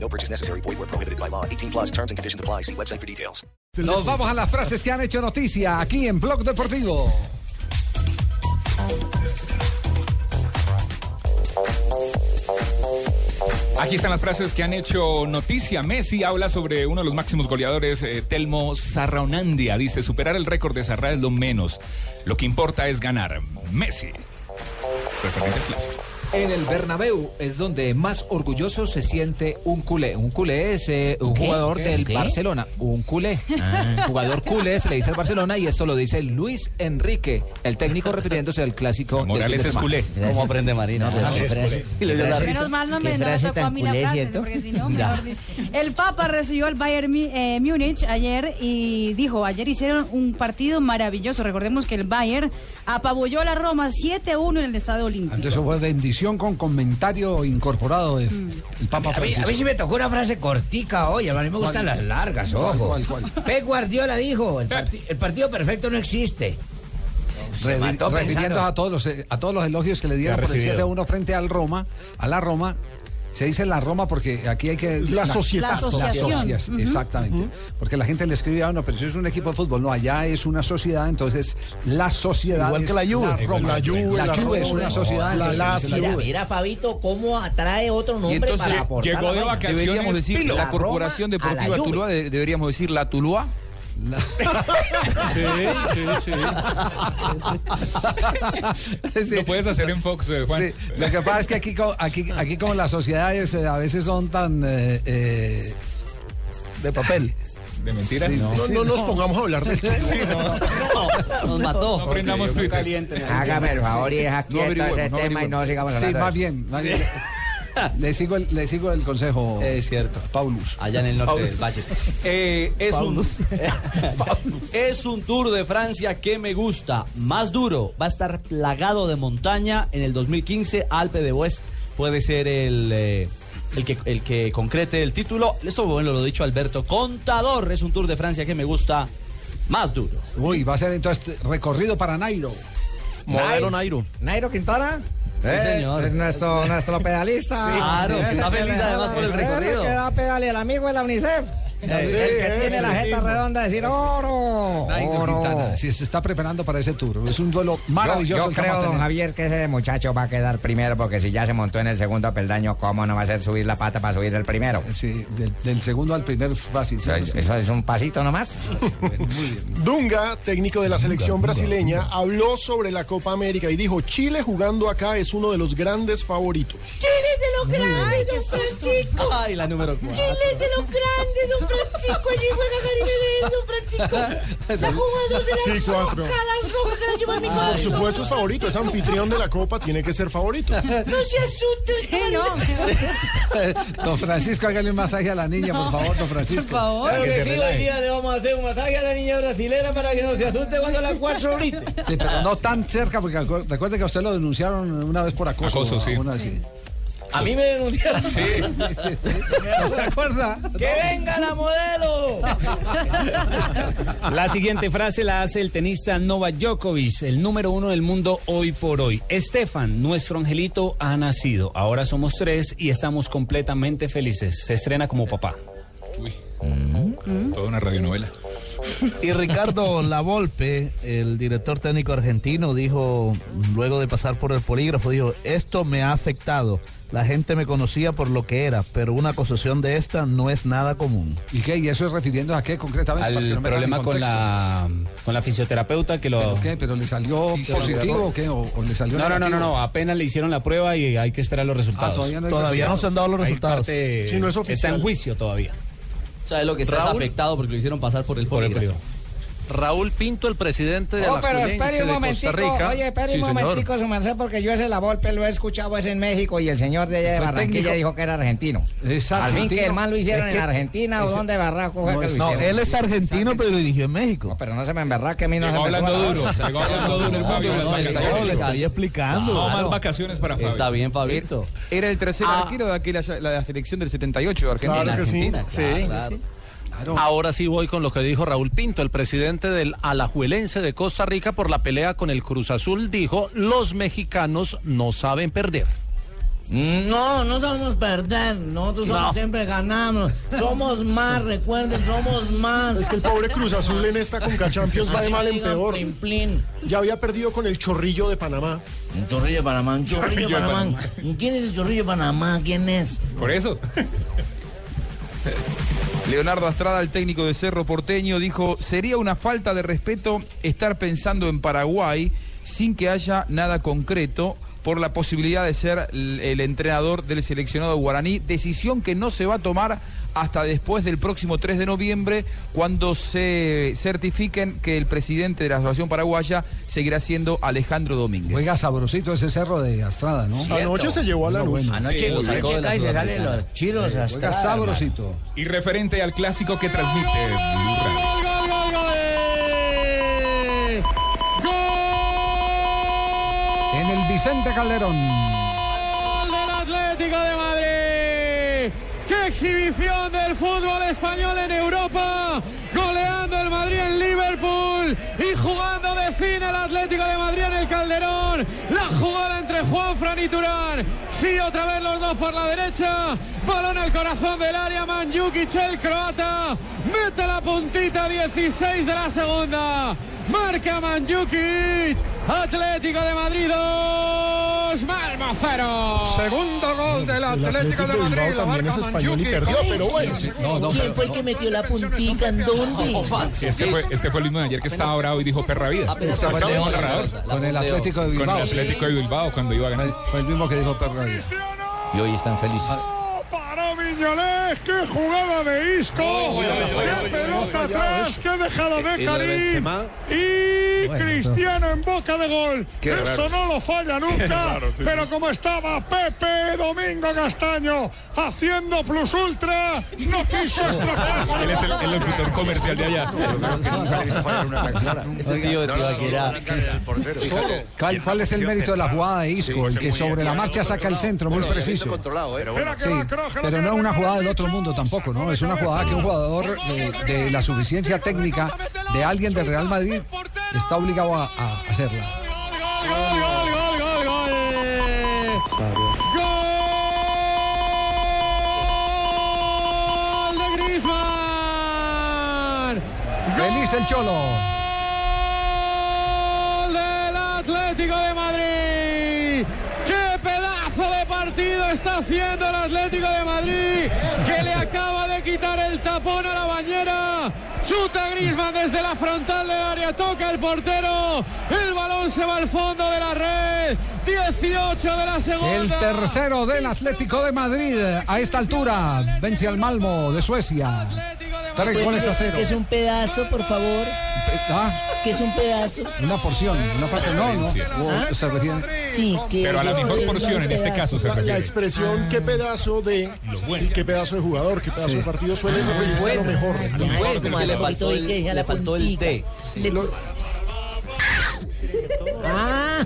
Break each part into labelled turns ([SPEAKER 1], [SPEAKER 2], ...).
[SPEAKER 1] No purchase necessary. Void where prohibited by law. 18 plus terms and conditions apply. See website for details.
[SPEAKER 2] Nos vamos a las frases que han hecho noticia aquí en Blog Deportivo.
[SPEAKER 3] Aquí están las frases que han hecho noticia. Messi habla sobre uno de los máximos goleadores, eh, Telmo Sarraonandia. Dice, superar el récord de Sarra es lo menos. Lo que importa es ganar. Messi. Referencia al clásico.
[SPEAKER 2] En el Bernabéu es donde más orgulloso se siente un culé. Un culé es eh, un jugador del Barcelona. Un culé.
[SPEAKER 3] Ah.
[SPEAKER 2] Jugador culé se le dice al Barcelona y esto lo dice Luis Enrique, el técnico refiriéndose al clásico. del fin de
[SPEAKER 3] Morales es
[SPEAKER 2] semana.
[SPEAKER 3] culé.
[SPEAKER 4] ¿Cómo aprende Marina?
[SPEAKER 5] Menos mal no me, no me tocó a mí la frase, porque si no, mejor di- El Papa recibió al Bayern Mi- eh, Múnich ayer y dijo, ayer hicieron un partido maravilloso. Recordemos que el Bayern apabulló a la Roma 7-1 en el Estadio Olímpico.
[SPEAKER 2] Antes eso fue bendición con comentario incorporado del
[SPEAKER 3] Mm.
[SPEAKER 2] Papa
[SPEAKER 4] A mí,
[SPEAKER 2] Francisco.
[SPEAKER 4] a mí sí me tocó una frase cortica hoy, a mí me gustan las largas, ojo.
[SPEAKER 2] ¿Cuál, cuál, cuál?
[SPEAKER 4] Pep Guardiola dijo, el, parti- el partido perfecto no existe. Se
[SPEAKER 2] Revi-
[SPEAKER 4] mató
[SPEAKER 2] refiriendo
[SPEAKER 4] pensando.
[SPEAKER 2] a todos los eh, a todos los elogios que le dieron
[SPEAKER 3] Que ha
[SPEAKER 2] por el
[SPEAKER 3] recibido.
[SPEAKER 2] 7 1 frente al Roma, a la Roma. Se dice la Roma porque aquí hay que... La
[SPEAKER 5] La asociación.
[SPEAKER 2] socias,
[SPEAKER 5] Ujú.
[SPEAKER 2] Exactamente. Porque la gente le escribe, ah, no, pero eso es un equipo de fútbol. No, allá es una sociedad, entonces la sociedad
[SPEAKER 6] Igual
[SPEAKER 2] es
[SPEAKER 6] que la Juve.
[SPEAKER 2] Roma.
[SPEAKER 6] La Juve,
[SPEAKER 2] La
[SPEAKER 6] la
[SPEAKER 2] Juve es
[SPEAKER 6] Roma,
[SPEAKER 2] una sociedad.
[SPEAKER 6] la
[SPEAKER 2] entonces se dice
[SPEAKER 6] Lazio.
[SPEAKER 2] Ah, la
[SPEAKER 7] Mira,
[SPEAKER 2] Juve.
[SPEAKER 7] mira, Fabito, cómo atrae otro nombre para aportar.
[SPEAKER 3] llegó
[SPEAKER 7] la
[SPEAKER 3] de
[SPEAKER 7] vaina.
[SPEAKER 3] vacaciones.
[SPEAKER 8] Deberíamos decir
[SPEAKER 3] Pilo.
[SPEAKER 8] la,
[SPEAKER 7] La
[SPEAKER 8] Corporación
[SPEAKER 7] Roma a la
[SPEAKER 8] Deportiva
[SPEAKER 7] Juve.
[SPEAKER 8] Tuluá, de- deberíamos decir la Tuluá.
[SPEAKER 3] Sí, sí, sí.
[SPEAKER 2] Sí.
[SPEAKER 3] Lo puedes hacer en Fox, eh, Juan.
[SPEAKER 2] Sí, lo que pasa es que aquí, co- aquí, aquí como las sociedades eh, a veces son tan... eh, eh,
[SPEAKER 6] de papel.
[SPEAKER 3] De mentiras.
[SPEAKER 2] Sí,
[SPEAKER 3] no.
[SPEAKER 6] No, no nos pongamos a hablar de esto.
[SPEAKER 8] Nos
[SPEAKER 3] No
[SPEAKER 8] mató.
[SPEAKER 3] aprendamos Twitter.
[SPEAKER 4] Hágame el favor y deja quieto
[SPEAKER 8] averigüemos,
[SPEAKER 4] ese
[SPEAKER 8] no
[SPEAKER 4] tema y no sigamos
[SPEAKER 2] sí,
[SPEAKER 4] hablando de
[SPEAKER 2] más
[SPEAKER 4] eso.
[SPEAKER 2] bien. más bien. Le sigo el, le sigo el consejo.
[SPEAKER 8] Es cierto.
[SPEAKER 2] Paulus.
[SPEAKER 8] Allá en el norte del valle. Eh, es, un, es un Tour de Francia que me gusta. Más duro. Va a estar plagado de montaña en el 2015. Alpe de West puede ser el, eh, el, que, el que concrete el título. Esto bueno, lo ha dicho Alberto Contador. Es un Tour de Francia que me gusta. Más duro.
[SPEAKER 2] Uy, va a ser entonces recorrido para Nairo.
[SPEAKER 4] Nice. Nairo Quintana. Eh,
[SPEAKER 8] Sí, señor.
[SPEAKER 4] es Nuestro, nuestro pedalista.
[SPEAKER 8] Claro,
[SPEAKER 4] Sí,
[SPEAKER 8] está
[SPEAKER 4] ese
[SPEAKER 8] feliz
[SPEAKER 4] pedalista.
[SPEAKER 8] además por el
[SPEAKER 4] Ese
[SPEAKER 8] recorrido.
[SPEAKER 4] Que da pedale el amigo de la UNICEF. el que tiene la jeta redonda decir oro.
[SPEAKER 2] Nairo
[SPEAKER 4] oro.
[SPEAKER 2] Quintana, sí, se está preparando para ese tour. Es un duelo
[SPEAKER 4] Yo,
[SPEAKER 2] maravilloso.
[SPEAKER 4] yo
[SPEAKER 2] el que va
[SPEAKER 4] creo,
[SPEAKER 2] a
[SPEAKER 4] don
[SPEAKER 2] tener.
[SPEAKER 4] Javier, que ese muchacho va a quedar primero, porque si ya se montó en el segundo peldaño, ¿cómo no va a ser subir la pata para subir el primero?
[SPEAKER 2] Sí, del, del segundo al primer fácil. sí,
[SPEAKER 4] Eso,
[SPEAKER 2] sí.
[SPEAKER 4] eso es un pasito nomás.
[SPEAKER 6] Dunga, técnico de la selección brasileña, habló sobre la Copa América y dijo, Chile jugando acá es uno de los grandes favoritos.
[SPEAKER 7] Chile de los grandes, don Francisco.
[SPEAKER 8] Ay, la número 4.
[SPEAKER 7] Chile de los grandes, don Francisco. Allí juega Garibedel, don Francisco. La jugador de la
[SPEAKER 6] Sí, cuatro.
[SPEAKER 7] roja, la roja que la lleva mi
[SPEAKER 6] Por
[SPEAKER 7] corazón.
[SPEAKER 6] supuesto es favorito, es anfitrión de la Copa, tiene que ser favorito.
[SPEAKER 7] No se asusten,
[SPEAKER 5] Sí, no,
[SPEAKER 2] Don Francisco, hágale un masaje a la niña, por favor, don
[SPEAKER 5] por
[SPEAKER 2] Francisco.
[SPEAKER 5] favor.
[SPEAKER 4] hoy día le vamos a hacer un masaje a la niña brasilera para que no se asuste cuando la cuatro grite.
[SPEAKER 2] Sí, pero no tan cerca, porque acu- recuerde que a usted lo denunciaron una vez por acoso.
[SPEAKER 3] Acoso, sí.
[SPEAKER 2] una vez, sí.
[SPEAKER 4] A mí me denunciaron.
[SPEAKER 2] ¿Se acuerda?
[SPEAKER 4] ¡Que venga la modelo!
[SPEAKER 9] La siguiente frase la hace el tenista Novak Djokovic, el número uno del mundo hoy por hoy. Estefan, nuestro angelito ha nacido. Ahora somos tres y estamos completamente felices. Se estrena como papá.
[SPEAKER 3] Uy. Toda una radionovela.
[SPEAKER 8] Y Ricardo Lavolpe, el director técnico argentino, dijo, luego de pasar por el polígrafo, dijo, esto me ha afectado. La gente me conocía por lo que era, pero una acusación de esta no es nada común.
[SPEAKER 2] ¿Y qué? ¿Y eso es refiriendo a qué concretamente? Para que
[SPEAKER 9] Al
[SPEAKER 2] no me hagan
[SPEAKER 9] problema con
[SPEAKER 2] contexto.
[SPEAKER 9] la, Mm. con la fisioterapeuta que lo...
[SPEAKER 2] ¿Pero qué? ¿Pero le salió positivo o qué? ¿O, o le salió
[SPEAKER 9] No, no, no, no,
[SPEAKER 2] negativo?
[SPEAKER 9] no, apenas le hicieron la prueba y hay que esperar los
[SPEAKER 2] Ah,
[SPEAKER 9] resultados.
[SPEAKER 2] todavía no, hay
[SPEAKER 8] Todavía no se han dado los
[SPEAKER 9] Hay
[SPEAKER 8] resultados.
[SPEAKER 9] parte-
[SPEAKER 6] Sí, no es
[SPEAKER 9] está
[SPEAKER 6] oficial.
[SPEAKER 9] en juicio todavía.
[SPEAKER 8] O sea, lo que está afectado porque lo hicieron pasar por el
[SPEAKER 9] Por el polígrafo.
[SPEAKER 8] Raúl Pinto, el presidente de
[SPEAKER 10] Oh,
[SPEAKER 8] la
[SPEAKER 10] pero
[SPEAKER 8] Alajuelense
[SPEAKER 10] espere un
[SPEAKER 8] de Costa
[SPEAKER 10] momentico,
[SPEAKER 8] Rica.
[SPEAKER 10] oye, espere
[SPEAKER 8] Sí,
[SPEAKER 10] un
[SPEAKER 8] señor.
[SPEAKER 10] momentico, su merced, porque yo ese la Volpe lo he escuchado es en México y el señor de allá de
[SPEAKER 8] Fue
[SPEAKER 10] Barranquilla
[SPEAKER 8] técnico.
[SPEAKER 10] dijo que era argentino.
[SPEAKER 8] Exacto.
[SPEAKER 10] Al fin que el
[SPEAKER 8] Argentino.
[SPEAKER 10] mal lo hicieron
[SPEAKER 8] Es
[SPEAKER 10] en
[SPEAKER 8] que-
[SPEAKER 10] Argentina o
[SPEAKER 8] ese-
[SPEAKER 10] donde Barraco fue
[SPEAKER 8] No,
[SPEAKER 10] que lo
[SPEAKER 8] es-
[SPEAKER 10] hicieron.
[SPEAKER 8] no, él
[SPEAKER 4] es argentino, pero dirigió en México.
[SPEAKER 10] pero no se me emberra que a mí no
[SPEAKER 11] Llegó
[SPEAKER 10] se me
[SPEAKER 11] hablando
[SPEAKER 10] suena la
[SPEAKER 11] duro,
[SPEAKER 10] voz.
[SPEAKER 11] llegó hablando
[SPEAKER 8] Ah,
[SPEAKER 11] duro el Fabio, las vacaciones.
[SPEAKER 4] No, le estoy explicando.
[SPEAKER 11] No, más vacaciones para Fabio.
[SPEAKER 12] Está bien, Fabito.
[SPEAKER 13] Era el tercer arquero de aquella la, la selección del 78 de Argentina.
[SPEAKER 8] Claro que sí, sí. Ahora sí voy con lo que dijo Raúl Pinto, el presidente del Alajuelense de Costa Rica por la pelea con el Cruz Azul, dijo, los mexicanos no saben perder.
[SPEAKER 4] No, no sabemos perder. Nosotros somos- siempre ganamos. Somos más, recuerden, somos más.
[SPEAKER 6] Es que el pobre Cruz Azul en esta Conca Champions va de
[SPEAKER 4] Así
[SPEAKER 6] mal
[SPEAKER 4] me
[SPEAKER 6] en
[SPEAKER 4] digan
[SPEAKER 6] peor.
[SPEAKER 4] plin, plin.
[SPEAKER 6] Ya había perdido con el chorrillo de Panamá.
[SPEAKER 4] Un chorrillo de Panamá, un chorrillo de
[SPEAKER 6] Chorrillo de
[SPEAKER 4] Panamá. ¿Quién es el chorrillo de Panamá? ¿Quién es?
[SPEAKER 11] Por eso.
[SPEAKER 13] Leonardo Astrada, el técnico de Cerro Porteño, dijo, sería una falta de respeto estar pensando en Paraguay sin que haya nada concreto por la posibilidad de ser l- el entrenador del seleccionado guaraní, decisión que no se va a tomar hasta después del próximo 3 de noviembre, cuando se certifiquen que el presidente de la Asociación Paraguaya seguirá siendo Alejandro Domínguez.
[SPEAKER 2] Oiga, sabrosito ese cerro de Astrada, ¿no? Ah,
[SPEAKER 6] Cierto. Anoche se llevó a la luz.
[SPEAKER 2] Anoche
[SPEAKER 11] Sí, lo sacó de la Sudamericana.
[SPEAKER 2] Sí, oiga, sabrosito.
[SPEAKER 11] Y referente al clásico que transmite Blue Radio.
[SPEAKER 2] En el Vicente Calderón.
[SPEAKER 14] Atlético de Madrid. ¡Qué exhibición del fútbol español en Europa! Goleando el Madrid en Liverpool y jugando de fin el Atlético de Madrid en el Calderón. La jugada entre Juanfran y Turán. Sí, otra vez los dos por la derecha. Balón al corazón del área. Manjukic, el croata. Mete la puntita 16 de la segunda. Marca Manjukic. Atlético de Madrid 2. Malmo 0. Segundo gol del
[SPEAKER 6] Atlético de Bilbao también es español y perdió, pero bueno.
[SPEAKER 4] ¿Quién fue el que metió la puntica? ¿En dónde?
[SPEAKER 11] Sí, este, fue, este fue el mismo de ayer que estaba bravo y dijo perra vida.
[SPEAKER 4] Apenas
[SPEAKER 11] Estaba
[SPEAKER 4] con
[SPEAKER 11] el
[SPEAKER 4] el
[SPEAKER 11] mismo
[SPEAKER 4] Pues León,
[SPEAKER 11] narrador.
[SPEAKER 4] la- la Con el volteó. Atlético de
[SPEAKER 11] Con
[SPEAKER 4] Bilbao.
[SPEAKER 11] el Atlético de Bilbao cuando iba a ganar.
[SPEAKER 2] Fue el mismo que dijo perra vida.
[SPEAKER 4] Y hoy están felices.
[SPEAKER 14] Paró Viñoles, qué jugada de Isco, qué pelota atrás, qué dejada de
[SPEAKER 15] Y lo de
[SPEAKER 14] Karim
[SPEAKER 15] Benzema.
[SPEAKER 14] y
[SPEAKER 15] Bueno,
[SPEAKER 14] Cristiano en boca de gol.
[SPEAKER 15] Qué
[SPEAKER 14] Eso
[SPEAKER 15] raro.
[SPEAKER 14] no lo falla
[SPEAKER 15] Qué
[SPEAKER 14] nunca,
[SPEAKER 15] raro, sí.
[SPEAKER 14] pero como estaba Pepe Domingo Castaño haciendo plus ultra, no quiso estropear.
[SPEAKER 11] Él es el, el locutor comercial de allá.
[SPEAKER 12] Este tío de Tibaquirá.
[SPEAKER 2] ¿Cuál, cuál es el mérito de la jugada de Isco? El que sobre la marcha saca el centro, muy preciso. Sí, pero no es una jugada del otro mundo tampoco, ¿no? Es una jugada que un jugador eh, de, la suficiencia técnica de alguien del Real Madrid está obligado a, a hacerla.
[SPEAKER 14] Gol, gol, gol, gol. Gol de Griezmann.
[SPEAKER 2] ¡Feliz el Cholo!
[SPEAKER 14] Gol del Atlético de Madrid. ¡Qué pedazo de partido está haciendo el Atlético de Madrid! Que le acaba de quitar el tapón a la bañera. Chuta Griezmann desde la frontal del área, toca el portero. El balón se va al fondo de la red. 18 de la segunda.
[SPEAKER 2] El tercero del Atlético de Madrid a esta altura vence al Malmo de Suecia. Tres goles a cero. Ah,
[SPEAKER 4] Que es un pedazo, por favor. Que es un pedazo.
[SPEAKER 2] Una porción, una parte. No, no.
[SPEAKER 4] ¿Ah?
[SPEAKER 2] O se refiere-
[SPEAKER 4] Sí, que
[SPEAKER 11] Pero a la
[SPEAKER 4] yo
[SPEAKER 11] mejor
[SPEAKER 4] soy
[SPEAKER 11] porción en
[SPEAKER 4] un
[SPEAKER 11] este
[SPEAKER 4] pedazo.
[SPEAKER 11] caso se
[SPEAKER 6] La, la
[SPEAKER 11] refiere.
[SPEAKER 6] expresión qué pedazo de sí, qué pedazo de jugador, qué pedazo
[SPEAKER 11] Sí.
[SPEAKER 6] de partido suele
[SPEAKER 11] Muy
[SPEAKER 6] referirse a lo
[SPEAKER 11] bueno.
[SPEAKER 6] mejor.
[SPEAKER 11] Muy
[SPEAKER 6] Lo mejor
[SPEAKER 11] bueno,
[SPEAKER 6] que
[SPEAKER 11] como
[SPEAKER 6] se
[SPEAKER 11] le
[SPEAKER 6] puede.
[SPEAKER 11] faltó el-
[SPEAKER 4] Dije a la
[SPEAKER 11] Le faltó el
[SPEAKER 4] puntica.
[SPEAKER 11] té.
[SPEAKER 4] Le-
[SPEAKER 2] Ah.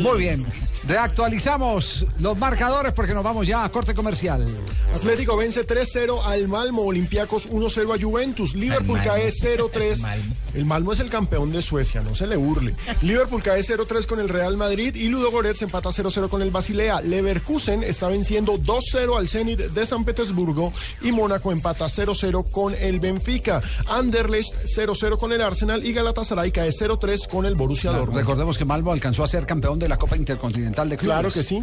[SPEAKER 2] Muy bien. Reactualizamos los marcadores porque nos vamos ya a corte comercial.
[SPEAKER 6] Atlético vence 3-0 al Malmo, Olympiacos 1-0 a Juventus, Liverpool cae 0-3. El Malmo es el campeón de Suecia, no se le burle. Liverpool cae 0-3 con el Real Madrid y Ludo Goretz empata 0-0 con el Basilea. Leverkusen está venciendo 2-0 al Zenit de San Petersburgo y Mónaco empata 0-0 con el Benfica. Anderlecht 0-0 con el Arsenal y Galatasaray cae 0-3 con el Borussia Dortmund.
[SPEAKER 2] Recordemos que Malmo alcanzó a ser campeón de la Copa Intercontinental de Clubes.
[SPEAKER 6] Claro que sí.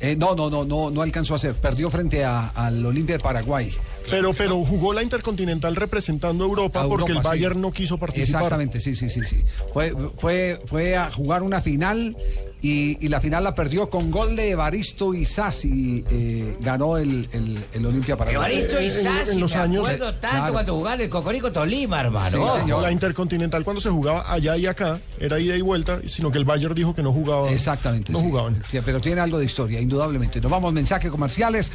[SPEAKER 2] Eh, no, no, no, no, no alcanzó a ser. Perdió frente a- al Olimpia de Paraguay.
[SPEAKER 6] pero, pero jugó la Intercontinental representando a Europa,
[SPEAKER 2] Europa,
[SPEAKER 6] porque el
[SPEAKER 2] sí.
[SPEAKER 6] Bayern no quiso participar.
[SPEAKER 2] Exactamente, sí, sí, sí, sí. Fue, fue, fue a jugar una final y, y la final la perdió con gol de Evaristo Isás y eh, ganó el, el, el Olimpia para
[SPEAKER 4] Evaristo y Sassi, me acuerdo tanto cuando jugaba el Cocorico Tolima, hermano.
[SPEAKER 6] Sí,
[SPEAKER 4] Ojo.
[SPEAKER 6] señor. La Intercontinental cuando se jugaba allá y acá era ida y vuelta, sino que el Bayern dijo que no jugaba. Exactamente. No jugaban.
[SPEAKER 2] Pero tiene algo de historia, indudablemente. Nos vamos mensajes comerciales.